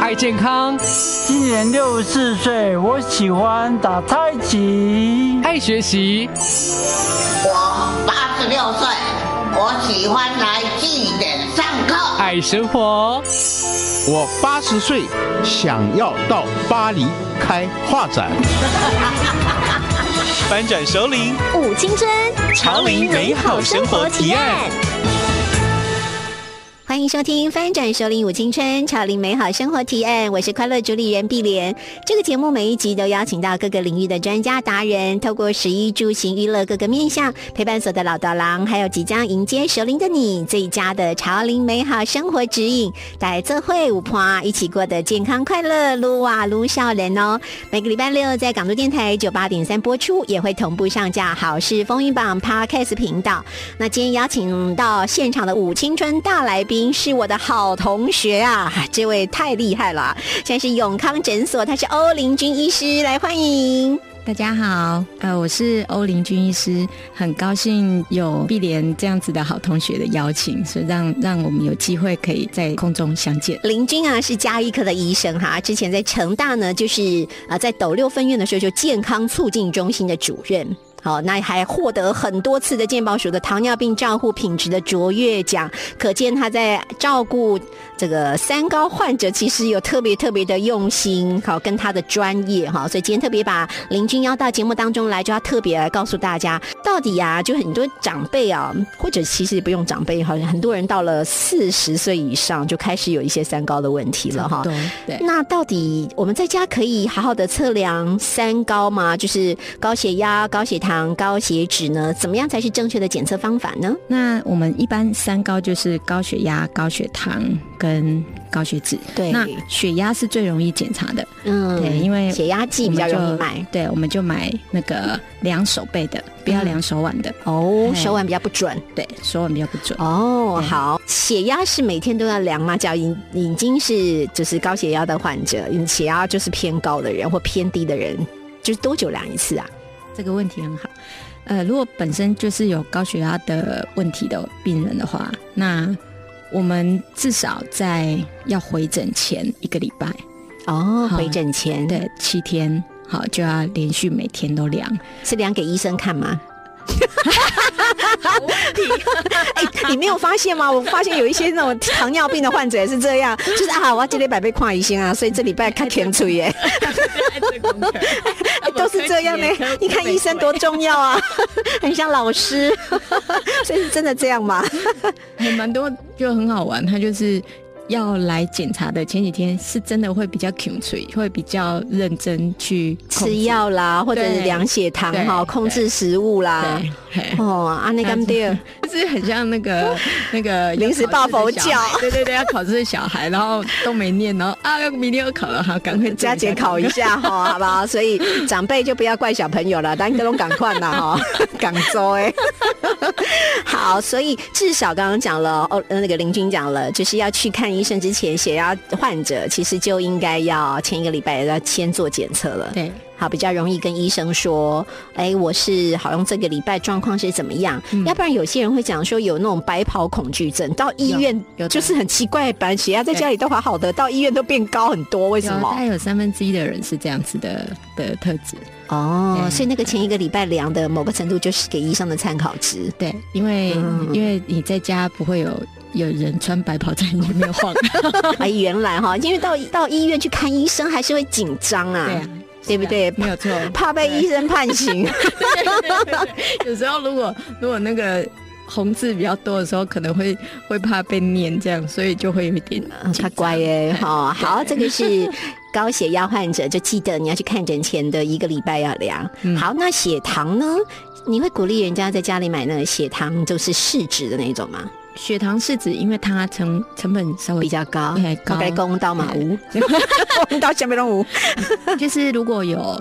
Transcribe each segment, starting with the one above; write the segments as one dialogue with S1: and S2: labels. S1: 爱健康，
S2: 今年六十四岁，我喜欢打太极。
S1: 爱学习，
S3: 我八十六岁，我喜欢来祭典上课。
S1: 爱生活。
S4: 我八十岁，想要到巴黎开画展。
S5: 翻转首领，
S6: 五金针，
S5: 潮林美好生活提案。
S6: 欢迎收听《翻转首领舞青春》，潮林美好生活提案，我是快乐主理人碧莲。这个节目每一集都邀请到各个领域的专家达人，透过食衣住行娱乐各个面向，陪伴所有的老道郎，还有即将迎接首领的你，最佳的潮林美好生活指引，带这会舞趴一起过得健康快乐，撸啊撸笑人哦。每个礼拜六在港都电台九八点三播出，也会同步上架好事风云榜 Podcast 频道。那今天邀请到现场的舞青春大来宾是我的好同学啊，这位太厉害了啊！现在是永康诊所，他是欧林军医师，来欢迎。
S7: 大家好，呃，我是欧林军医师，很高兴有碧莲这样子的好同学的邀请，所以让让我们有机会可以在空中相见。
S6: 林军啊是加医科的医生哈，之前在成大呢，就是啊在斗六分院的时候就健康促进中心的主任。好，那还获得很多次的健保署的糖尿病照护品质的卓越奖，可见他在照顾这个三高患者其实有特别特别的用心，好跟他的专业哈，所以今天特别把林军邀到节目当中来，就要特别来告诉大家，到底啊，就很多长辈啊，或者其实不用长辈，好像很多人到 了四十岁以上就开始有一些三高的问题了哈。
S7: 对对，
S6: 那到底我们在家可以好好的测量三高吗？就是高血压、高血糖、高血脂呢？怎么样才是正确的检测方法呢？
S7: 那我们一般三高就是高血压、高血糖跟高血脂。
S6: 对
S7: 那血压是最容易检查的，
S6: 嗯
S7: 对，因为
S6: 血压计比较容易买。
S7: 对，我们就买那个量手背的，不要量手腕的，
S6: 哦，
S7: 哎
S6: 手腕比较不准
S7: 对手腕比较不准。
S6: 哦。
S7: 对
S6: 好，血压是每天都要量吗？假如你已经是就是高血压的患者，你血压就是偏高的人或偏低的人，就是多久量一次啊？
S7: 这个问题很好。呃，如果本身就是有高血压的问题的病人的话，那我们至少在要回诊前一个礼拜，
S6: 哦，
S7: 好
S6: 回诊前
S7: 对，七天，好就要连续每天都 量。
S6: 是量给医生看 吗？ 哎、你没有发现吗？我发现有一些那种糖尿病的患者也是这样，就是啊，我要这礼拜被跨一星啊，所以这礼拜看甜醋耶，哎都是这样呢。你看医生多重要啊， 很像老师， 所以是真的这样吗？
S7: 还蛮多，就很好玩。他就是要来检查的前几天，是真的会比较 c o n 会比较认真去控制
S6: 吃。药啦，或者是
S7: 对
S6: 量血糖
S7: 对
S6: 哈，控制食物啦。
S7: 对，嘿
S6: 哦，啊，那干爹，
S7: 就是很像 那个那个
S6: 临时抱佛脚
S7: 要考试的小孩对对对，要考试的小孩，然后都没念，然后啊，要明天要考了，好，赶快
S6: 加减考一
S7: 下。
S6: 下哈，好不 好？所以长辈就不要怪小朋友了，咱都赶快 啦哈，赶走哎。 好，所以至少刚刚讲了哦，呃那个林军讲了，就是要去看医生之前，血压患者其实就应该要前一个礼拜要先做检测了。
S7: 对，
S6: 好，比较容易跟医生说，哎，我是好像这个礼拜状况是怎么样？
S7: 嗯
S6: 要不然有些人会讲说有那种白袍恐惧症，到医
S7: 有
S6: 院
S7: 有的
S6: 就是很奇怪，本来血压在
S7: 对
S6: 家里都还好的，到医院都变高很多， 为
S7: 有
S6: 什么
S7: 大？概有三分之一的人是这样子的的特质。
S6: 哦，
S7: 对
S6: 所以那个前一个礼拜量的某个程度就是给医生的参考 值。
S7: 对，因为、
S6: 嗯
S7: 因为你在家不会有有人穿白袍在你里 面晃。
S6: 哎，原来哈，因为到到医院去看医生还是会紧张啊，
S7: 对啊，
S6: 对不对
S7: 是啊没 有错。
S6: 怕被医生判刑。
S7: 对对对对有时候如果如果那个红字比较多的时候，可能会会怕被念这样，所以就会有一点
S6: 嗯
S7: 紧
S6: 他
S7: 张
S6: 乖耶， 哈、
S7: 对
S6: 好，这个是 高血压患者，就记得你要去看诊前的一个礼拜要啊量。
S7: 嗯
S6: 好，那血糖呢？你会鼓励人家在家里买那个血糖就是试纸的那种吗？
S7: 血糖是指，因为它成成本稍微
S6: 比较高，
S7: 对高嗯
S6: 大概公到嘛五，公到下面拢五。
S7: 就是如果有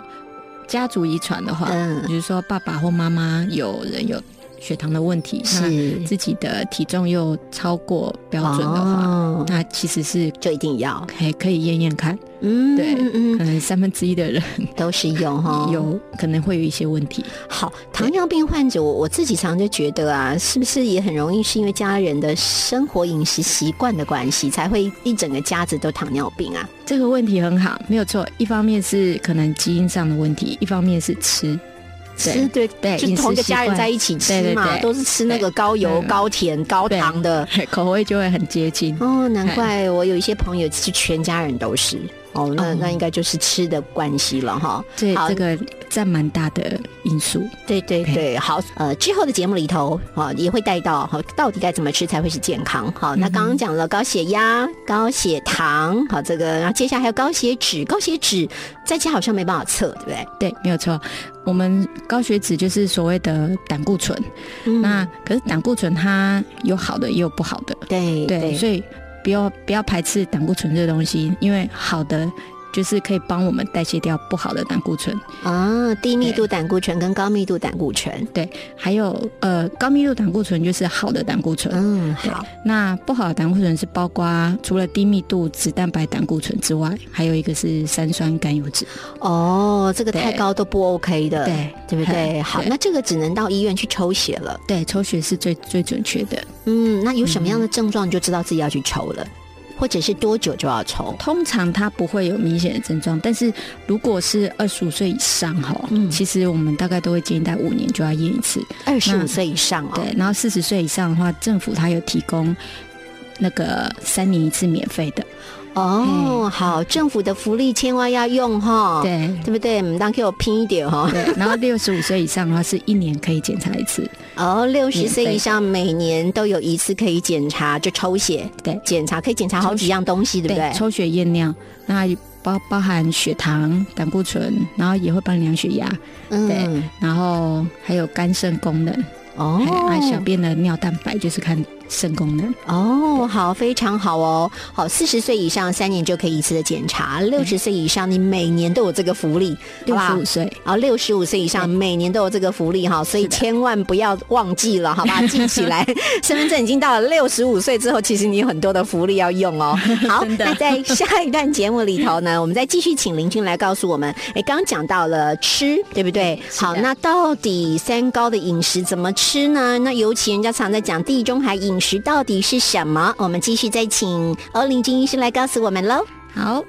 S7: 家族遗传的话，
S6: 嗯
S7: 比如说爸爸或妈妈有人有血糖的问题，那
S6: 是
S7: 自己的体重又超过标准的话，
S6: 哦，
S7: 那其实是
S6: 就一定要，
S7: 还可以验验看，
S6: 嗯，
S7: 对
S6: 嗯
S7: 可能三分之一的人
S6: 嗯，都是有哈，
S7: 有可能会有一些问题。
S6: 好，糖尿病患者，我我自己常就觉得啊，是不是也很容易是因为家人的生活饮食习惯的关系，才会一整个家子都糖尿病啊？
S7: 这个问题很好，没有错。一方面是可能基因上的问题，一方面是吃，对
S6: 吃对
S7: 对
S6: 就
S7: 饮食
S6: 同一个家
S7: 习
S6: 人
S7: 惯
S6: 在一起
S7: 对
S6: 吃
S7: 对
S6: 嘛，
S7: 对
S6: 都是吃那个高油、
S7: 对
S6: 高甜、高糖的。
S7: 口味就会很接近。
S6: 哦，难怪我有一些朋友是全家人都是。哦，那
S7: 哦
S6: 那应该就是吃的关系了哈。
S7: 这
S6: 好
S7: 这个占蛮大的因素。
S6: 对对对，好，呃，之后的节目里头啊、也会带到好，到底该怎么吃才会是健康？好，那
S7: 嗯
S6: 刚刚讲了高血压、高血糖，好，这个，然后接下来还有高血脂，高血脂在家好像没办法测，对不对？
S7: 对，没有错。我们高血脂就是所谓的胆固醇，
S6: 嗯
S7: 那可是胆固醇它有好的也有不好的，
S6: 对
S7: 对，
S6: 对
S7: 所以不要不要排斥胆固醇这个东西，因为好的就是可以帮我们代谢掉不好的胆固醇。
S6: 啊，低密
S7: 对
S6: 度胆固醇跟高密度胆固醇，
S7: 对，还有呃高密度胆固醇就是好的胆固醇，
S6: 嗯，
S7: 对
S6: 好，
S7: 那不好的胆固醇是包括除了低密度脂蛋白胆固醇之外，还有一个是三酸甘油脂。
S6: 哦，这个太
S7: 对
S6: 高都不 OK 的，
S7: 对
S6: 对不对？
S7: 嗯
S6: 好，
S7: 对
S6: 那这个只能到医院去抽血了。
S7: 对，抽血是最最准确的。
S6: 嗯，那有什么样的症状你就知道自己要去抽了，或者是多久就要抽？
S7: 通常它不会有明显的症状，但是如果是二十五岁以上哈，
S6: 嗯
S7: 其实我们大概都会建议在五年就要验一次。
S6: 二十五
S7: 那
S6: 岁以上哦，
S7: 嗯对，然后四十岁以上的话，政府它有提供那个三年一次免费的。
S6: 哦，好，政府的福利千万要用哈，
S7: 嗯对
S6: 对不对？你当给我拼一点哈。
S7: 对，然后六十五岁以上的话是一年可以检查一次。
S6: 哦，六十岁
S7: 免费
S6: 以上每年都有一次可以检查，就抽血，
S7: 对
S6: 检查可以检查好
S7: 抽血
S6: 几样东西，对不对？
S7: 抽血验尿，那包包含血糖、胆固醇，然后也会帮你量血压，
S6: 嗯
S7: 对，然后还有肝肾功能，
S6: 哦
S7: 还，还有小便的尿蛋白，就是看肾功能。
S6: 哦，好，非常好哦。好，四十岁以上三年就可以一次的检查，六十岁以上你每年都有这个福利，好
S7: 六
S6: 不
S7: 十
S6: 好
S7: 五？岁，
S6: 啊，六十五岁以上每年都有这个福利哈，所以千万不要忘记了，好 吧？记起来，身份证已经到了六十五岁之后，其实你有很多的福利要用 哦。好，
S7: 真的
S6: 那在下一段节目里头呢，我们再继续请林君来告诉我们，哎，刚刚讲到了吃，对不对？
S7: 嗯是的
S6: 好，那到底三高的饮食怎么吃呢？那尤其人家常在讲地中海饮食到底是什么？我们继续再请欧林君医师来告诉我们喽。
S7: 好，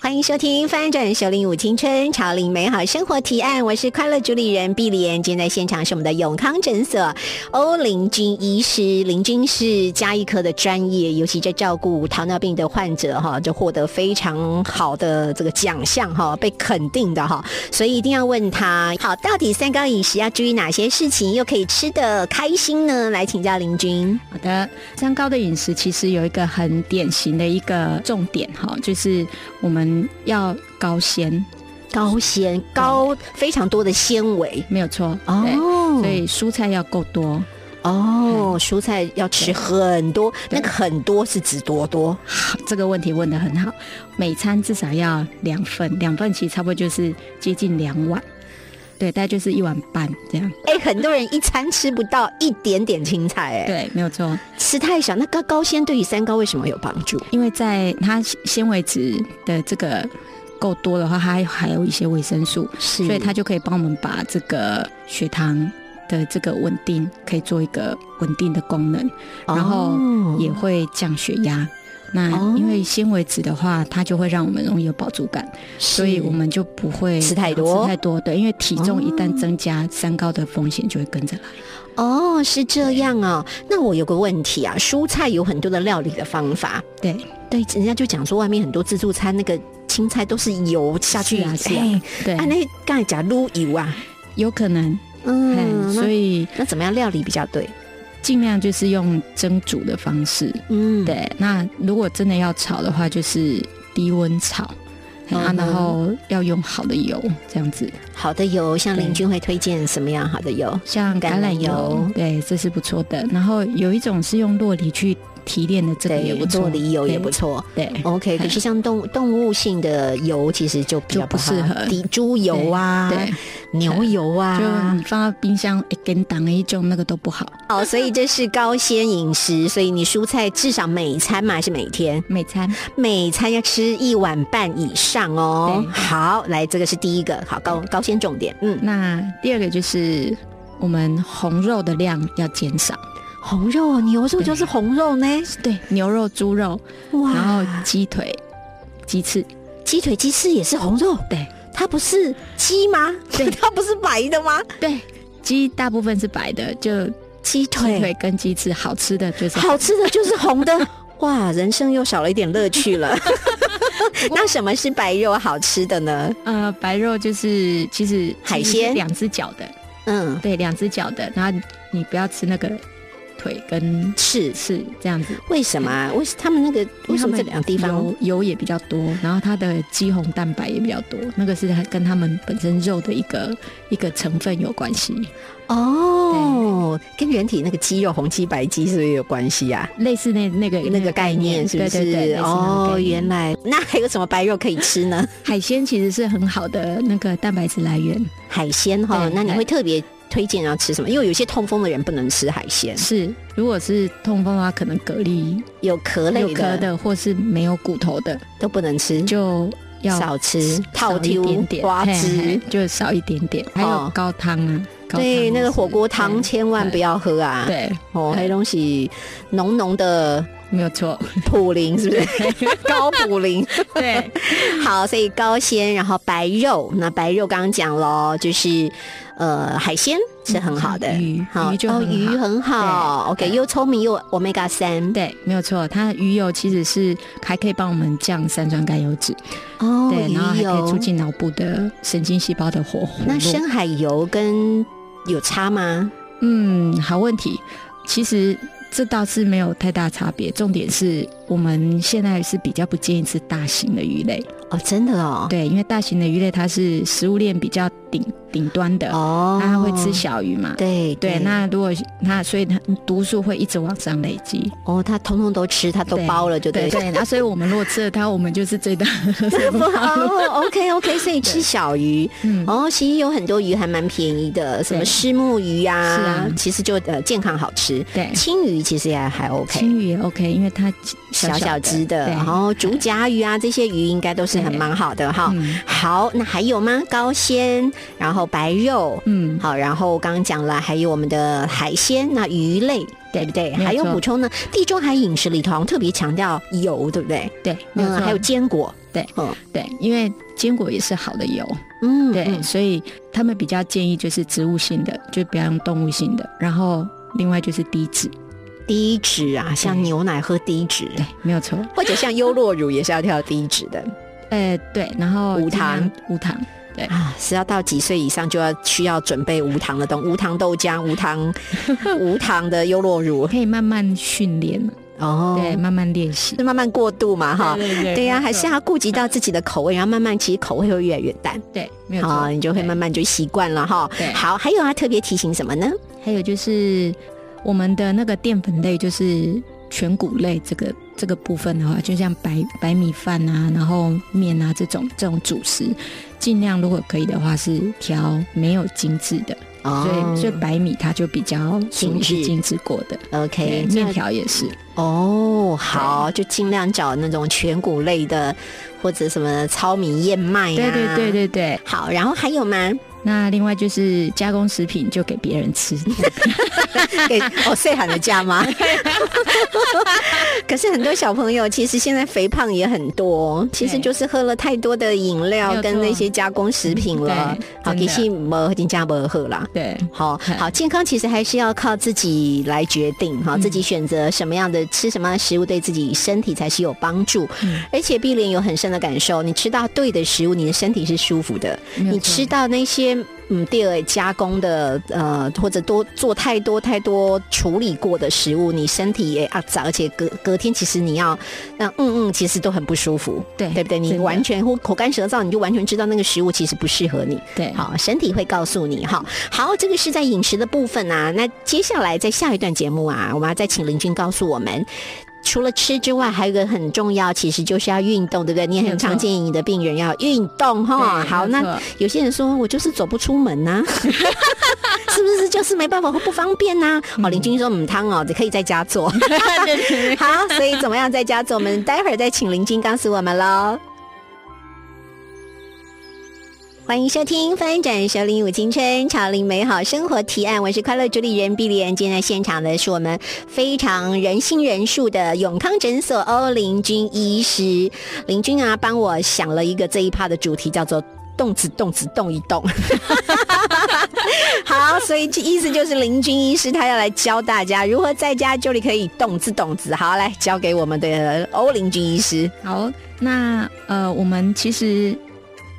S6: 欢迎收听《翻转首领舞青春潮领美好生活提案》，我是快乐主理人碧莲。今天在现场是我们的永康诊所欧林军医师，林军是加医科的专业，尤其在照顾糖尿病的患者哈，就获得非常好的这个奖项哈，被肯定的哈，所以一定要问他，好，到底三高饮食要注意哪些事情，又可以吃的开心呢？来请教林军，
S7: 好的。三高的饮食其实有一个很典型的一个重点哈，就是我们要高纤，
S6: 高纤高非常多的纤维
S7: 没有错。对，
S6: 哦
S7: 所以蔬菜要够多，
S6: 哦，蔬菜要吃很多，那
S7: 嗯对
S6: 个很多是指多多
S7: 这个问题问得很好，每餐至少要两份，两份其实差不多就是接近两碗，对，大概就是一碗半这样。
S6: 哎、很多人一餐吃不到一点点青菜、哎，
S7: 对，没有错，
S6: 吃太少。那高高纤对于三高为什么有帮助？
S7: 因为在它纤维质的这个够多的话，它还有一些维生素，
S6: 是
S7: 所以它就可以帮我们把这个血糖的这个稳定，可以做一个稳定的功能，然后
S6: 哦
S7: 也会降血压。那
S6: 哦
S7: 因为纤维质的话，它就会让我们容易有饱足感，所以我们就不会
S6: 吃太多
S7: 吃太多，对，因为体重一旦增加，三高的风险就会跟着来。
S6: 哦是这样哦。那我有个问题啊，蔬菜有很多的料理的方法，
S7: 对，
S6: 对，人家就讲说外面很多自助餐那个青菜都是油下去
S7: 是啊是啊
S6: 哎
S7: 对，
S6: 啊那刚才讲撸油啊，
S7: 有可能，嗯，
S6: 嗯，
S7: 所
S6: 以
S7: 以
S6: 那怎么样料理比较对？
S7: 尽量就是用蒸煮的方式。
S6: 嗯，
S7: 对，那如果真的要炒的话，就是低温炒。
S6: 嗯
S7: 啊，
S6: 哼
S7: 然后要用好的油，这样子，
S6: 好的油，像
S7: 对
S6: 林君会推荐什么样好的油？
S7: 像
S6: 橄
S7: 橄
S6: 榄
S7: 榄
S6: 油
S7: 油，对，这是不错的。然后有一种是用洛梨去提炼的这个
S6: 对，
S7: 也不错，
S6: 做理由也
S7: 对
S6: 不，错。哦
S7: 对。
S6: OK，
S7: 嗯
S6: 可是像动动物性的油，其实就比较
S7: 就不
S6: 好
S7: 适合
S6: 滴猪油啊、
S7: 对，
S6: 牛油
S7: 就
S6: 啊
S7: 你，放到冰箱一根挡一种那个都不好。
S6: 好，所以这是高纤饮食，所以你蔬菜至少每餐嘛还是每天，
S7: 每餐
S6: 每餐要吃一碗半以上哦。
S7: 对
S6: 好，来这个是第一个，好高高纤重点，嗯，
S7: 那第二个就是我们红肉的量要减少，
S6: 红肉牛肉就是红肉呢，
S7: 对，牛肉、猪肉，然
S6: 哇，
S7: 后鸡腿、鸡翅，
S6: 鸡腿鸡翅也是红肉，
S7: 对
S6: 它不是鸡吗？对， 它不是白的吗？
S7: 对，鸡大部分是白的，就
S6: 鸡
S7: 鸡
S6: 腿
S7: 腿跟鸡翅好吃的就 是
S6: 好吃的就是红的。 哇，人生又少了一点乐趣了。 那什么是白肉好吃的呢？
S7: 呃，白肉就是其实
S6: 海
S7: 其实
S6: 鲜
S7: 是两只脚的，
S6: 嗯，
S7: 对，两只脚的，然后你不要吃那个腿跟
S6: 是
S7: 翅这样子，
S6: 为什么啊？为什他们那个为什么这两个地方
S7: 油油也比较多，然后它的肌红蛋白也比较多，那个是它跟它们本身肉的一个一个成分有关系，
S6: 哦，跟人体那个肌肉红肌白肌是不是有关系啊？
S7: 类似那那个
S6: 那个概念是不是？
S7: 对对对，类似那种概
S6: 哦，
S7: 念
S6: 原来那还有什么白肉可以吃呢？
S7: 海鲜其实是很好的那个蛋白质来源，
S6: 海鲜哈，
S7: 对
S6: 那你
S7: 海
S6: 会特别推荐要吃什么？因为有些痛风的人不能吃海鲜，
S7: 是如果是痛风的话，可能蛤蜊、
S6: 有壳
S7: 有
S6: 类
S7: 壳
S6: 的
S7: 的或是没有骨头的
S6: 都不能吃，
S7: 就要
S6: 少吃
S7: 少
S6: 套
S7: 一
S6: 丢
S7: 点点，
S6: 花
S7: 嘿嘿
S6: 枝。
S7: 就少一点点，还有
S6: 哦
S7: 高汤啊，高汤也
S6: 对，
S7: 是
S6: 那个火锅汤
S7: 对
S6: 千万不要喝啊！，
S7: 对，
S6: 哦，
S7: 对
S6: 黑东西浓浓的
S7: 没 有错，
S6: 普林是不是？ 高普林。
S7: 对，
S6: 好，所以高纤，然后白肉，那白肉刚刚讲喽，就是呃海鲜是很好的，
S7: 嗯鱼
S6: 好
S7: 鱼就
S6: 哦
S7: 很好
S6: 鱼很好
S7: 对
S6: ，OK，又聪明又 omega 三，
S7: 对，没有错，它的鱼油其实是还可以帮我们降三酸甘油脂，
S6: 哦
S7: 对，然后还
S6: 鱼
S7: 可以促
S6: 油，
S7: 进脑部的神经细胞的活活
S6: 那
S7: 络
S6: 深海油跟有差吗？
S7: 嗯，好问题。其实这倒是没有太大差别，重点是我们现在是比较不建议吃大型的鱼类，
S6: 哦，真的哦，
S7: 对，因为大型的鱼类它是食物链比较顶顶端的，
S6: 哦
S7: 那，它会吃，小鱼嘛。
S6: 对
S7: 对，那如果它，所以它毒素会一直往上累积，
S6: 哦，它通通都吃，它都
S7: 对
S6: 包了，就
S7: 对
S6: 对了。
S7: 对，那所以我们如果吃了它，我们就是最大的肥猫
S6: 哦，OK OK，所以吃小鱼，
S7: 嗯，
S6: 哦，其实有很多鱼还蛮便宜的，什么
S7: 对
S6: 虱目鱼呀、
S7: 是啊
S6: 其实就呃健康好吃。
S7: 对，
S6: 青鱼其实也还 OK，
S7: 青鱼也 OK，因为它
S6: 小
S7: 小
S6: 小只的，哦
S7: 对
S6: 然后竹夹鱼啊，这些鱼应该都是很
S7: 对
S6: 蛮好的哈。
S7: 嗯
S6: 好，那还有吗？高纤，然后白肉，
S7: 嗯，
S6: 好，然后刚刚讲了，还有我们的海鲜，那鱼类，对不对？
S7: 没有
S6: 还有
S7: 错
S6: 补充呢，地中海饮食里头好像特别强调油，对不对？
S7: 对，没有错，
S6: 嗯还有坚果，
S7: 对
S6: 嗯
S7: 对，因为坚果也是好的油，
S6: 嗯，
S7: 对，
S6: 嗯
S7: 所以他们比较建议就是植物性的，就不要用动物性的。然后另外就是低脂，
S6: 低脂啊，像
S7: 对
S6: 牛奶喝低脂，
S7: 对，没有错。
S6: 或者像优酪乳也是要挑低脂的
S7: 呃，对，然后
S6: 无
S7: 尽量
S6: 糖，
S7: 无糖，对，
S6: 啊，是要到几岁以上就要需要准备无糖的东无糖豆浆、无 糖无糖的优酪乳
S7: 可以慢慢训练，
S6: 哦，
S7: 对，，慢慢练习
S6: 是。慢慢过渡嘛哈。
S7: 对对
S6: 对呀、还是要顾及到自己的口味，然后慢慢其实口味会越来越淡，
S7: 对，没有
S6: 好，
S7: 错，
S6: 你就会
S7: 对
S6: 慢。慢就习惯了哈
S7: 对。
S6: 好，还有要特别提醒什么呢？
S7: 还有就是我们的那个淀粉类，就是全谷类这个这个部分的话，就像白白米饭啊，然后面啊这种这种主食，尽量如果可以的话是挑没有精致的，所以所以白米它就比较属于
S6: 哦精致
S7: 是精致过的，对
S6: ，OK，，
S7: 面
S6: 那
S7: 条也是，
S6: 哦，好，就尽量找那种全谷类的，或者什么糙米燕麦哎呀、
S7: 对对对。对对。
S6: 好，然后还有吗？
S7: 那另外就是加工食品就给别人吃，
S6: 给哦， 岁寒的假吗？可是很多小朋友其实现在肥胖也很多，其实
S7: 对
S6: 就是喝了太多的饮
S7: 没
S6: 料
S7: 有
S6: 跟
S7: 错
S6: 那些加工食品了
S7: 对。
S6: 好，
S7: 真的
S6: 其实没已经加没喝啦。
S7: 对，
S6: 好
S7: 嗯
S6: 好，健康其实还是要靠自己来决定哈，
S7: 嗯
S6: 自己选择什么样的吃什么样的食物，对自己身体才是有帮助。
S7: 嗯
S6: 而且碧莲有很深的感受，你吃到对的食物，你的身体是舒服的。
S7: 没有
S6: 你
S7: 错
S6: 吃到那些嗯，第二加工的呃，或者多做太多太多处理过的食物，你身体也啊杂，而且隔隔天其实你要那嗯嗯，其实都很不舒服，
S7: 对
S6: 对不对？你
S7: 真的
S6: 完全或口干舌燥，你就完全知道那个食物其实不适合你。
S7: 对
S6: 好，身体会告诉你哈。好，这个是在饮食的部分啊。那接下来在下一段节目啊，我们要再请林君告诉我们。除了吃之外，还有一个很重要，其实就是要运动，对不对？你
S7: 没
S6: 很
S7: 有错
S6: 常建议你的病人要运动哈。
S7: 对
S6: 哦好，
S7: 没
S6: 那
S7: 有错
S6: 有些人说我就是走不出门呐、 是不是就是没办法或不方便呐、哦，林君说嗯，汤哦，你可以在家做。 好，所以怎么样在家做？我们待会儿再请林君告诉我们喽。欢迎收听《翻转首领舞青春潮领美好生活提案》，我是快乐主理人碧莲。今天在现场的是我们非常人心人术的永康诊所欧林君医师。林君啊，帮我想了一个这一趴的主题，叫做“动子动子动一动”。好，所以这意思就是林君医师他要来教大家如何在家就里可以动子动子。好，来交给我们的欧林君医师。
S7: 好，那呃，我们其实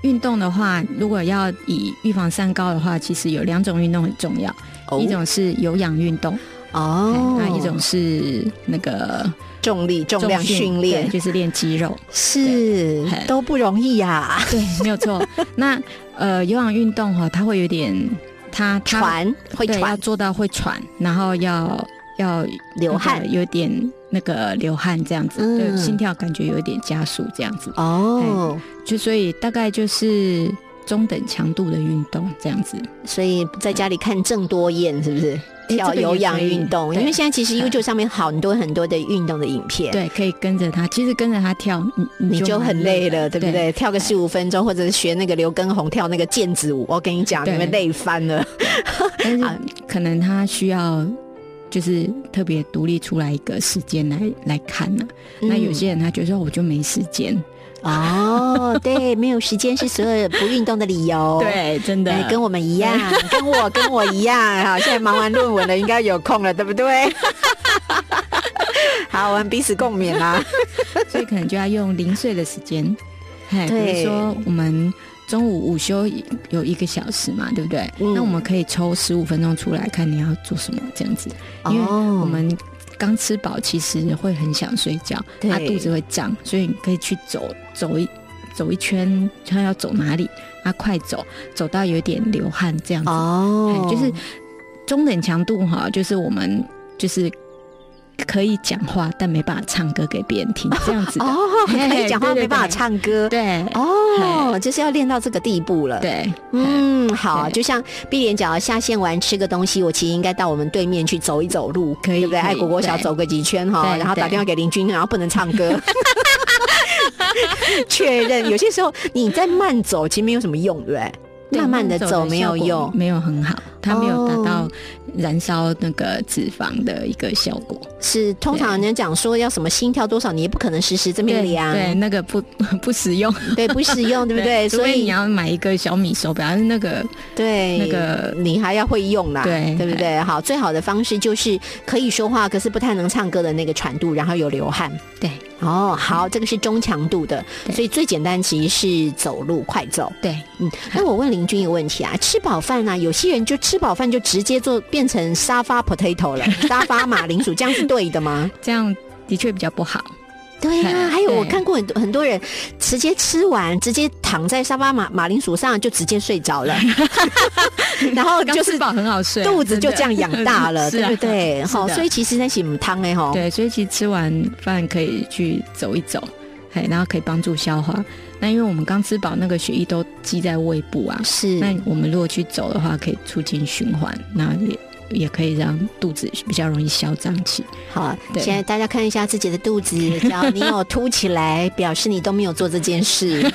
S7: 运动的话，如果要以预防三高的话，其实有两种运动很重要，一种是有氧运动，
S6: 哦
S7: 哎，那哦一种是那个
S6: 重力重量训练
S7: 对就是练肌肉。
S6: 是
S7: 嘿
S6: 都不容易啊呀、
S7: 对，没 有错。那呃，有氧运动哈、它会有点，它它
S6: 喘会
S7: 对要
S6: 喘，
S7: 做到会喘，然后要要
S6: 流汗
S7: 那个有点那个流汗这样子，
S6: 嗯
S7: 对，心跳感觉有点加速这样子，
S6: 哦，
S7: 就所以大概就是中等强度的运动这样子。
S6: 所以在家里看郑多燕是不是？
S7: 哎
S6: 跳
S7: 这个也
S6: 有氧
S7: 可以
S6: 运动，
S7: 对
S6: 因为现在其实
S7: 嗯
S6: YouTube 上面很多很多的运动的影片，
S7: 对，可以跟着他，其实跟着他跳，
S6: 你
S7: 你
S6: 就
S7: 蛮
S6: 很累了，对
S7: 的
S6: 不对？？跳个十五分钟，或者是学那个刘畊宏跳那个毽子舞，我跟你讲，你
S7: 对
S6: 们累翻了。
S7: 但
S6: 啊
S7: 是可能他需要就是特别独立出来一个时间来来看呢、那有些人他觉得说我就没时间，
S6: 哦，对，没有时间是所有不运动的理由。。
S7: 对，真
S6: 哎，跟我们一 样，跟我跟我一样，好，现在忙完论文了，应该有空了，对不对？ 好，我们彼此共勉啊 啦。
S7: 所以可能就要用零碎的时间，嘿，比
S6: 对
S7: 如说我们中午午休有一个小时嘛，对不对？
S6: 嗯
S7: 那我们可以抽十五分钟出来看你要做什么这样子，因为
S6: 哦
S7: 我们刚吃饱其实会很想睡觉，
S6: 对
S7: 他肚子会胀，所以你可以去走走一走一圈，看要走哪里，啊，快走，走到有点流汗这样子，
S6: 哦
S7: 嘿嗯就是中等强度哈，就是我们就是。可以讲话，但没办法唱歌给别人听，这样子的。
S6: 哦， 可以讲话
S7: 嘿对对
S6: 没办法
S7: 对
S6: 唱歌。
S7: 对，
S6: 哦，就是要练到这个地步了。。
S7: 对，嗯，
S6: 嗯，好，
S7: 对
S6: 就像碧莲脚下线完吃个东西，我其实应该到我们对面去走一走路，
S7: 可以
S6: 对不对？
S7: 可以
S6: 爱国国小
S7: 对
S6: 走个几圈哈，然
S7: 对
S6: 后打
S7: 对
S6: 电话给邻居，然后不能唱歌。 确认，有些时候你在慢走，其实没有什么用，对不对？
S7: 对
S6: 慢慢的走没有
S7: 效果
S6: 用，
S7: 没有很好，它没有达
S6: 哦
S7: 到燃烧那个脂肪的一个效果。
S6: 是通常人家讲说要什么心跳多少，你也不可能实时这么
S7: 对
S6: 量，
S7: 对，那个不 不实用，
S6: 对，不实 用，对不对？
S7: 除
S6: 所
S7: 非你
S6: 以
S7: 要买一个小米手表，那个
S6: 对
S7: 那个
S6: 你还要会用啦，
S7: 对哎
S6: 对不对？好，最好的方式就是可以说话，可是不太能唱歌的那个喘度，然后有流汗。
S7: 对
S6: 哦，好，这个是中强度的，
S7: 对
S6: 所以最简单其实是走路快走。
S7: 对
S6: 嗯，那我问林君一个问题啊，吃饱饭啊，有些人就吃饱饭就直接做变成沙发 potato 了，沙发马铃薯，这样是对的吗？
S7: 这样的确比较不好。
S6: 对呀、
S7: 哎
S6: 还有我
S7: 对
S6: 看过很多很多人直接吃完，直接躺在沙发马马铃薯上就直接睡着了， 然后
S7: 刚
S6: 就是
S7: 吃饱很好睡啊，
S6: 肚子就这样养大了，
S7: 真的
S6: 对不对？
S7: 是啊
S6: 好，
S7: 是的
S6: 所以其实那些母汤哎吼，
S7: 对，所以其实吃完饭可以去走一走，嘿，然后可以帮助消化。那因为我们刚吃饱，那个血液都积在胃部啊，
S6: 是
S7: 那我们如果去走的话，可以促进循环，那也也可以让肚子比较容易消胀气。
S6: 好。
S7: 对
S6: 现在大家看一下自己的肚子，只要你有凸起来，表示你都没有做这件事。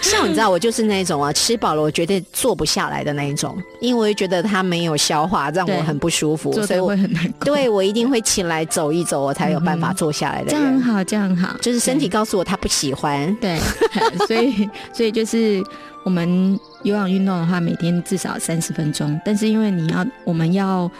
S6: 像你知道，我就是那种啊，吃饱了我绝对坐不下来的那一种，因为我会觉得它没有消化，让
S7: 对
S6: 我很不舒服，
S7: 坐
S6: 所以
S7: 着
S6: 我
S7: 会很难过。
S6: 对，我一定会起来走一走，我才有办法坐下来的
S7: 嗯这样很
S6: 人。
S7: 好，这样很好，
S6: 就是身体告诉我他不喜欢，
S7: 对。对，所以所以就是我们有氧运动的话，每天至少三十分钟，但是因为你要我们要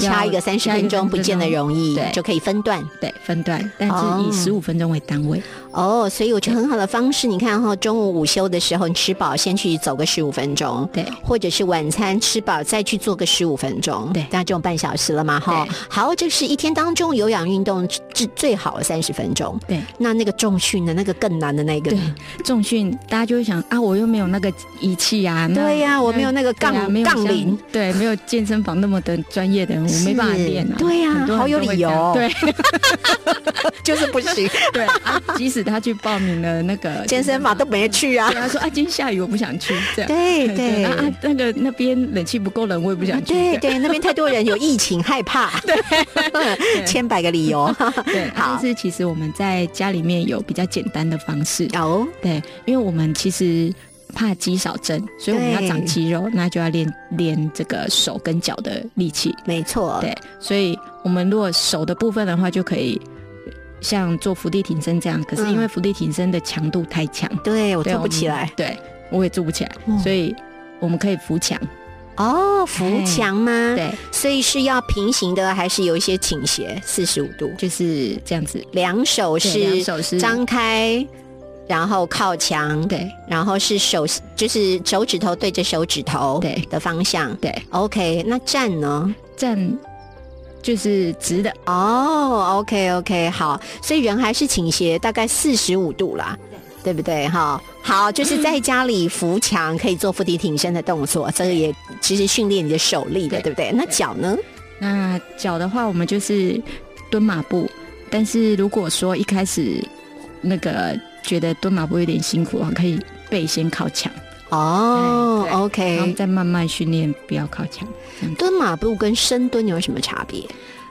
S7: 要
S6: 掐一个三十
S7: 掐一
S6: 分
S7: 个
S6: 钟不见得容易
S7: 对，
S6: 就可以分段。
S7: 对分段，但是
S6: 哦
S7: 以十五分钟为单位。
S6: 哦，所以我觉得很好的方式，你看哈、中午午休的时候，你吃饱先去走个十五分钟，
S7: 对
S6: 或者是晚餐吃饱再去做个十五分钟，
S7: 对
S6: 那就半小时了嘛哈
S7: 对。
S6: 好，这是一天当中有氧运动至最好三十分钟。
S7: 对，
S6: 那那个重训的那个更难的那个
S7: 对
S6: 呢，
S7: 重训大家就会想啊，我又没有那个仪器啊，那
S6: 对呀、我没有那个
S7: 对
S6: 杠、
S7: 啊没有
S6: 杠
S7: 像
S6: 铃，
S7: 对，没有健身房那么的专业的人，我没办法
S6: 是
S7: 练啊。
S6: 对啊
S7: 很多人
S6: 好有
S7: 都会
S6: 理
S7: 这样
S6: 由哦
S7: 对
S6: 就是不 行，
S7: 对啊，即使他去报名了那个
S6: 健身房都没去啊
S7: 对。他说啊，今天下雨，我不想去，这样。
S6: 对对
S7: 啊啊，那个那边冷气不够冷，我也不想去。
S6: 啊对
S7: 这
S6: 对，
S7: 样
S6: 那边太多人有疫情害怕， 对， 千百个理由。
S7: 对，啊
S6: 好
S7: 但是其实我们在家里面有比较简单的方式，
S6: 哦，
S7: 对，因为我们其实怕肌少症，所以我们要
S6: 对
S7: 长肌肉，那就要练练这个手跟脚的力气。
S6: 没错，
S7: 对，所以我们如果手的部分的话，就可以像做伏地挺身这样。可是因为伏地挺身的强度太强，
S6: 对嗯我
S7: 对
S6: 做不
S7: 们
S6: 起来。嗯
S7: 对我也做不起来，所以我们可以扶墙。
S6: 哦，扶
S7: 哎
S6: 墙吗？，
S7: 对，
S6: 所以是要平行的，还是有一些倾斜？四十五度，
S7: 就是这样子。
S6: 两手
S7: 对
S6: 是
S7: 两手是
S6: 张开，然后靠墙，，
S7: 对
S6: 然后是手就是手指头对着手指头
S7: 对
S6: 的方向。
S7: 对，
S6: OK，那站呢？
S7: 站就是直的，
S6: 哦、o k OK，好，所以人还是倾斜，大概四十五度啦，对不对？哈，好，就是在家里扶墙可以做腹地挺身的动作，这个也其实训练你的手力的，对
S7: 对
S6: 不对？那脚呢？
S7: 那脚的话，我们就是蹲马步。但是如果说一开始那个觉得蹲马步有点辛苦啊，可以背先靠墙，
S6: 哦、
S7: 哎对
S6: o
S7: 然后
S6: k
S7: 再慢慢训练，不要靠墙。
S6: 蹲马步跟深蹲有什么差别？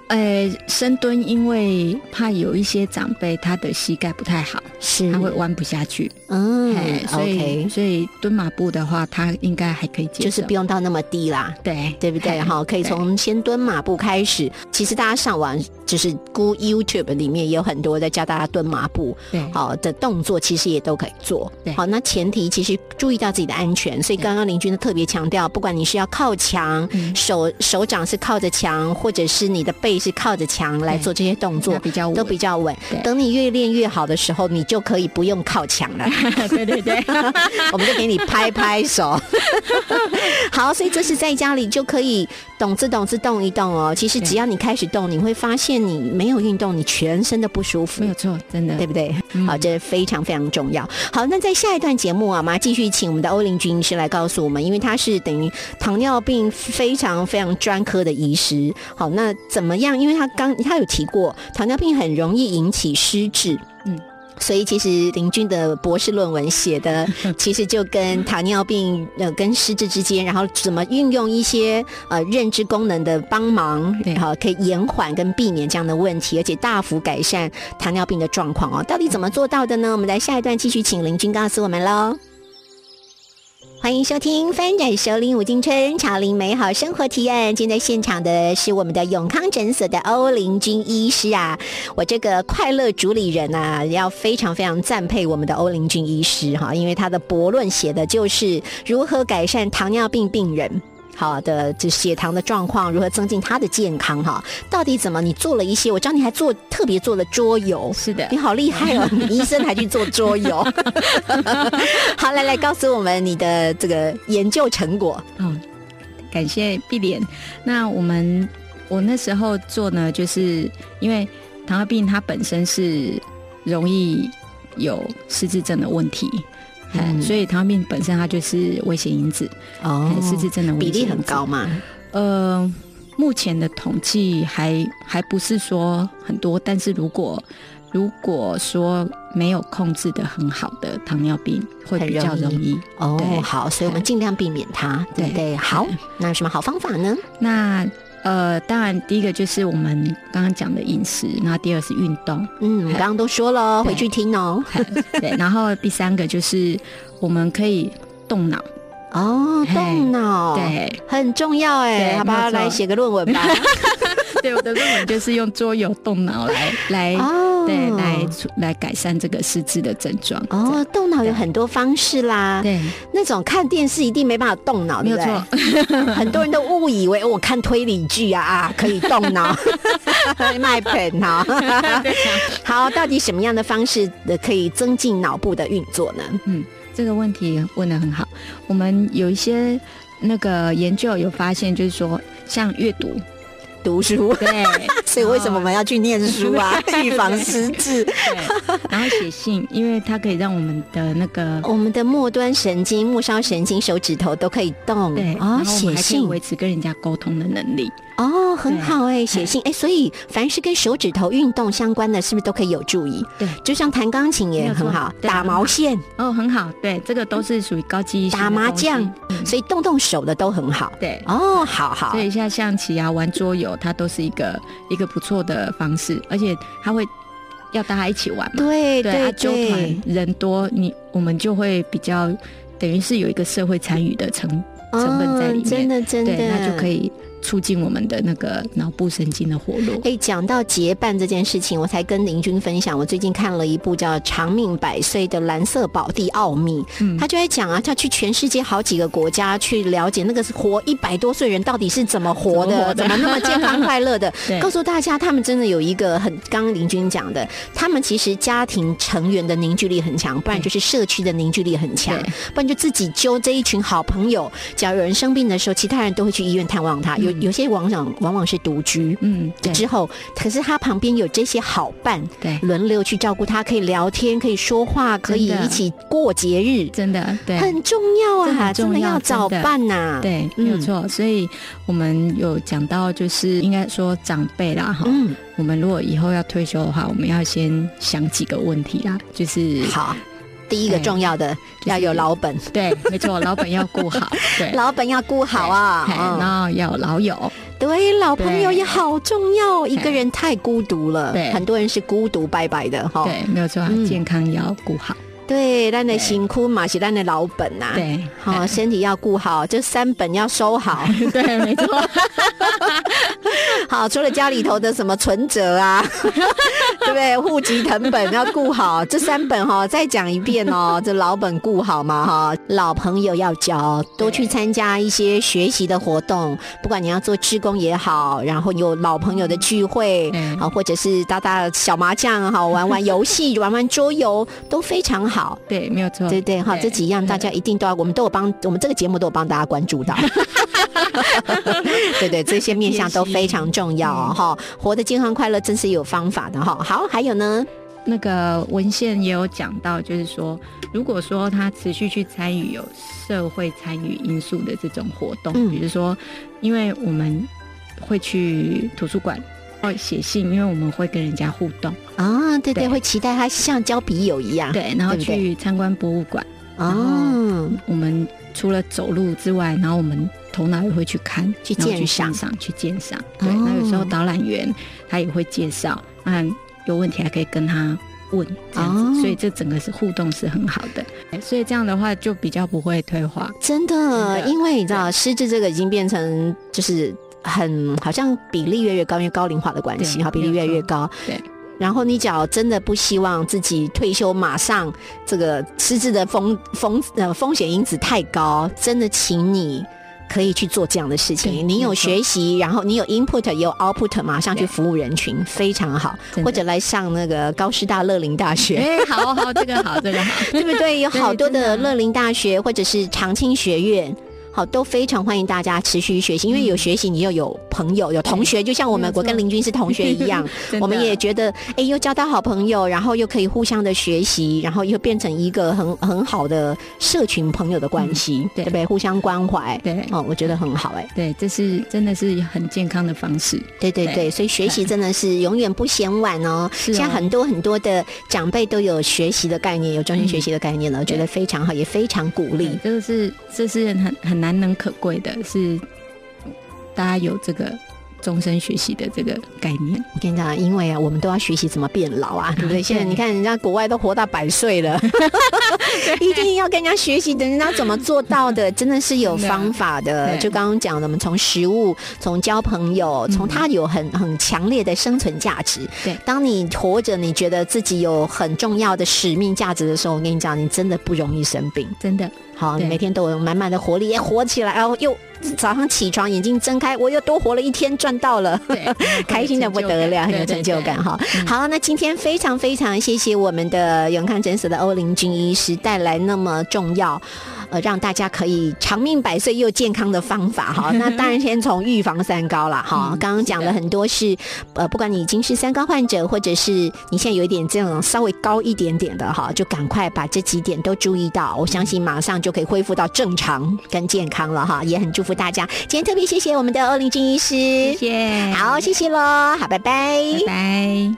S7: 呃，深蹲因为怕有一些长辈他的膝盖不太好，
S6: 是
S7: 他会弯不下去，
S6: 嗯
S7: 哎，所以
S6: ，OK，
S7: 所以蹲马步的话，他应该还可以接受，
S6: 就是不用到那么低啦。
S7: 对
S6: 对不对？
S7: 嘿
S6: 哈，可以
S7: 对
S6: 从先蹲马步开始。其实大家上网就是估 YouTube 里面也有很多在教大家蹲马步，
S7: 对
S6: 好的动作其实也都可以做
S7: 对。
S6: 好，那前提其实注意到自己的安全。所以刚刚林君特别强调，不管你是要靠墙，
S7: 嗯
S6: 手手掌是靠着墙，或者是你的背是靠着墙来
S7: 对
S6: 做这些动作
S7: 那，比较稳
S6: 都比较稳
S7: 对。
S6: 等你越练越好的时候，你就可以不用靠墙 了。
S7: 对对对，
S6: 我们就给你拍拍 手。好，所以这是在家里就可以懂自懂自动一动哦。其实只要你开始动，你会发现你没有运动，你全身都不舒服
S7: 没。有错，真的
S6: 对不对？
S7: 嗯
S6: 好，这非常非常重要。好，那在下一段节目啊，我们要继续请我们的欧林军医师来告诉我们，因为他是等于糖尿病非常非常专科的医师。好，那怎么样？因为他刚他有提过，糖尿病很容易引起失智。嗯
S7: 嗯，
S6: 所以，其实林俊的博士论文写的，其实就跟糖尿病呃跟失智之间，然后怎么运用一些呃认知功能的帮忙，
S7: 对
S6: 好、可以延缓跟避免这样的问题，而且大幅改善糖尿病的状况哦。到底怎么做到的呢？我们来下一段继续请林君告诉我们喽。欢迎收听《翻转首领五金春潮林美好生活提案》。今天在现场的是我们的永康诊所的欧林君医师啊，我这个快乐主理人啊，要非常非常赞佩我们的欧林君医师哈，因为他的博论写的就是如何改善糖尿病病人。好的，这血糖的状况如何增进他的健康哈？到底怎么？你做了一些，我知道你还做特别做了桌游，
S7: 是的
S6: 你好厉害哦！你医生还去做桌游， 好，来来告诉我们你的这个研究成果。
S7: 哦，感谢碧莲。那我们我那时候做呢，就是因为糖尿病它本身是容易有失智症的问题。哎
S6: 嗯
S7: 所以糖尿病本身它就是危险因子，
S6: 哦
S7: 哎失智症的危
S6: 比
S7: 险
S6: 例
S7: 因
S6: 很
S7: 子
S6: 高。嘛？
S7: 呃，目前的统计还还不是说很多，但是如果如果说没有控制的很好的糖尿病，会
S6: 很
S7: 比较
S6: 容
S7: 容
S6: 易
S7: 易。
S6: 哦
S7: 对，
S6: 好，所以我们尽量避免它，对不对？
S7: 对
S6: 好，那有什么好方法呢？
S7: 那呃，当然第一个就是我们刚刚讲的饮食，然后第二是运 动，
S6: 嗯，我们刚刚都说了哦，
S7: 对
S6: 回去听哦。
S7: 对，然后第三个就是我们可以动脑，
S6: 哦，
S7: 嘿
S6: 动脑，，
S7: 对，
S6: 很重要哎，
S7: 对
S6: 好吧，
S7: 没有错
S6: 来写个论文吧。
S7: 对，我的论文就是用桌游动脑来来、
S6: 哦，
S7: 对来出来改善这个失智的症状，
S6: 哦，动脑有很多方式啦
S7: 这样，。对，
S6: 那种看电视一定没办法动脑，
S7: 没
S6: 对
S7: 有
S6: 不对
S7: 错？，
S6: 很多人都误以为我看推理剧啊啊可以动脑， 卖本 啊。 好，到底什么样的方式呃可以增进脑部的运作呢？
S7: 这个问题问得很好。我们有一些那个研究有发现，就是说像阅读，
S6: 读书。，
S7: 对
S6: 所以为什么我们要去念书啊？预防失智。
S7: 对，哦然后写信，因为它可以让我们的那个
S6: 我们的末端神经、末梢神经、手指头都可以动
S7: 嗯对，然
S6: 哦，
S7: 后我们
S6: 写
S7: 还可以
S6: 信
S7: 维持跟人家沟通的能力。
S6: 哦，很好哎，写信哎，所以凡是跟手指头运动相关的，是不是都可以有注意？
S7: 对
S6: 就像弹钢琴
S7: 没
S6: 也
S7: 有错
S6: 很好，
S7: 对
S6: 打毛线、
S7: 哦，很好，对，这个都是属于高记忆性的
S6: 打麻
S7: 东西
S6: 将，
S7: 嗯
S6: 所以动动手的都很好。
S7: 对。
S6: 哦，好好
S7: 所，以像象棋啊、玩桌游，它都是一个一个不错的方式，而且它会要大家一起玩嘛。
S6: 对
S7: 啊
S6: 对
S7: 纠
S6: 对
S7: 团，人多，你我们就会比较等于是有一个社会参与的成成分在里面，
S6: 哦真的真的，
S7: 对，那就可。以促进我们的那个脑部神经的活络。
S6: 哎，讲到结伴这件事情，我才跟林君分享，我最近看了一部叫《长命百岁》的《蓝色宝地奥秘》，
S7: 嗯
S6: 他就在讲啊，他去全世界好几个国家去了解那个活一百多岁人到底是怎么活的，
S7: 怎么活的
S6: 那么健 康快乐的
S7: 对，
S6: 告诉大家，他们真的有一个很，刚刚林君讲的，他们其实家庭成员的凝聚力很强，不然就是社区的凝聚力很强，
S7: 嗯对
S6: 不然就自己揪这一群好朋友，只要有人生病的时候，其他人都会去医院探望他，有
S7: 嗯
S6: 有些往往往往是独居，
S7: 嗯，对
S6: 之后，可是他旁边有这些好伴
S7: 对，
S6: 轮流去照顾他，可以聊天，可以说话，可以一起过节日，
S7: 真的对。
S6: 很重要
S7: 这
S6: 啊！
S7: 很
S6: 真的
S7: 重要
S6: 要找
S7: 真的
S6: 伴呐、，
S7: 对，
S6: 嗯
S7: 没有错。所以我们有讲到，就是应该说长辈啦，哈、
S6: 嗯，
S7: 我们如果以后要退休的话，我们要先想几个问题啦，就是
S6: 好。第一个
S7: 对
S6: 重要的
S7: 就是
S6: 要有老本，
S7: 对，没错，老本要顾 好，对，
S6: 老本要顾好啊
S7: 嘿。然
S6: 嗯
S7: 后要有老友，
S6: 对，老朋友也好重要，一个
S7: 嘿
S6: 人太孤独了
S7: 对，
S6: 很多人是孤独拜拜的哈。
S7: 对，没有错，
S6: 嗯
S7: 健康也要顾好，
S6: 对，咱的
S7: 对
S6: 辛苦嘛是咱的老本呐。，
S7: 对，
S6: 啊好，
S7: 嘿
S6: 身体要顾好，这三本要收好。
S7: 对，没错，
S6: 好，除了家里头的什么存折啊， 对不对？户籍成本要顾好，这三本哈、哦，再讲一遍哦，这老本顾好嘛哈、老朋友要交，多去参加一些学习的活动，不管你要做志工也好，然后有老朋友的聚会
S7: 嗯，
S6: 好、或者是打打小麻将，好玩玩游戏，玩玩桌游都非常好。
S7: 嗯对，没有错，
S6: 对对，好，这几样大家一定都要，我们都有帮，我们这个节目都有帮大家关 注到。对对，这些面向都非常重要
S7: 嗯
S6: 哦，哈、活得健康快乐真是有方法的哈、好，还有呢，
S7: 那个文献也有讲到，就是说，如果说他持续去参与有社会参与因素的这种活动，
S6: 嗯
S7: 比如说，因为我们会去图书馆，哦，写信，因为我们会跟人家互动，
S6: 啊，对对，
S7: 对
S6: 会期待他像交笔友一样，
S7: 对，然嗯后
S6: 啊对不对
S7: 去参观博物馆，
S6: 哦，
S7: 我们除了走路之外，然后我们头脑也会去看，
S6: 去
S7: 然后
S6: 鉴赏
S7: 欣赏，去鉴赏。对，
S6: 哦
S7: 那有时候导览员他也会介绍，那有问题还可以跟他问，这样子，
S6: 哦
S7: 所以这整个是互动是很好的。哎所以这样的话就比较不会退化。
S6: 真的，
S7: 的
S6: 因为你知道，失智这个已经变成就是很好像比例越来越高，因为高龄化的关系，
S7: 对
S6: 哈，比例越来
S7: 没
S6: 越
S7: 有错
S6: 高，
S7: 对。
S6: 然后你只要真的不希望自己退休马上这个失智的风风呃风险因子太高，真的请你。可以去做这样的事
S7: 对
S6: 情，你有
S7: 没错
S6: 学习，然后你有 input 也有 output，马上去
S7: 对
S6: 服务人群，非常好。
S7: 真的
S6: 或者来上那个高师大乐龄大学，
S7: 哎，好好，这个好，这个 好，
S6: 对不对？有好多
S7: 真的
S6: 的乐龄大学或者是长青学院。好，都非常欢迎大家持续学习，因为有学习，你又有朋友，有同学，就像我们
S7: 没有错
S6: 我跟林军是同学一样
S7: 真，的
S6: 我们也觉得，哎，又交到好朋友，然后又可以互相的学习，然后又变成一个很很好的社群朋友的关系，
S7: 嗯对
S6: 不对？互相关怀，
S7: 对
S6: 哦，我觉得很好、哎，
S7: 对，这是真的是很健康的方式。
S6: 对对
S7: 对
S6: 对，所以学习真的是永远不嫌晚哦。
S7: 是哦
S6: 现在很多很多的长辈都有学习的概念，有终身
S7: 嗯
S6: 学习的概念了，我觉得非常好，也非常鼓励
S7: 对。这个是这是很很难能可贵的，是大家有这个终身学习的这个概念。
S6: 我跟你讲，因为啊，我们都要学习怎么变老 啊，对不对？
S7: 对
S6: 现在你看人家国外都活到百岁 了，一定要跟人家学习，人家怎么做到 的，真的是有方法的。
S7: 对嗯
S6: 就刚刚讲的，我们从食物，从交朋友，从他有很很强烈的生存价值。
S7: 对
S6: 当你活着，你觉得自己有很重要的使命价值的时候，我跟你讲，你真的不容易生病。
S7: 真的，
S6: 好，你
S7: 对
S6: 每天都有满满的活力，也哎活起来，然后又早上起床眼睛睁开，我又多活了一天，赚到了。
S7: 对，
S6: 开心的不得了，很有成就感
S7: 哈。
S6: 哈。好，那今天非常非常谢谢我们的永康诊所的欧林军医师带来那么重要。呃，让大家可以长命百岁又健康的方法哈，那当然先从预防三高啦哈。
S7: 嗯
S6: 刚刚讲了很多是，呃，不管你已经是三高患者，或者是你现在有一点这种稍微高一点点的哈，就赶快把这几点都注意到，我相信马上就可以恢复到正常跟健康了哈。也很祝福福大家。今天特别谢谢我们的欧林俊医
S7: 谢
S6: 师，
S7: 谢，
S6: 好，谢谢喽，好，
S7: 拜拜。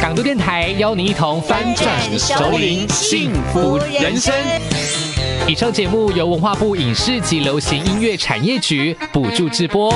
S1: 港都电台邀您一同翻转熟龄幸福人生。以上节目由文化部影视及流行音乐产业局补助直播。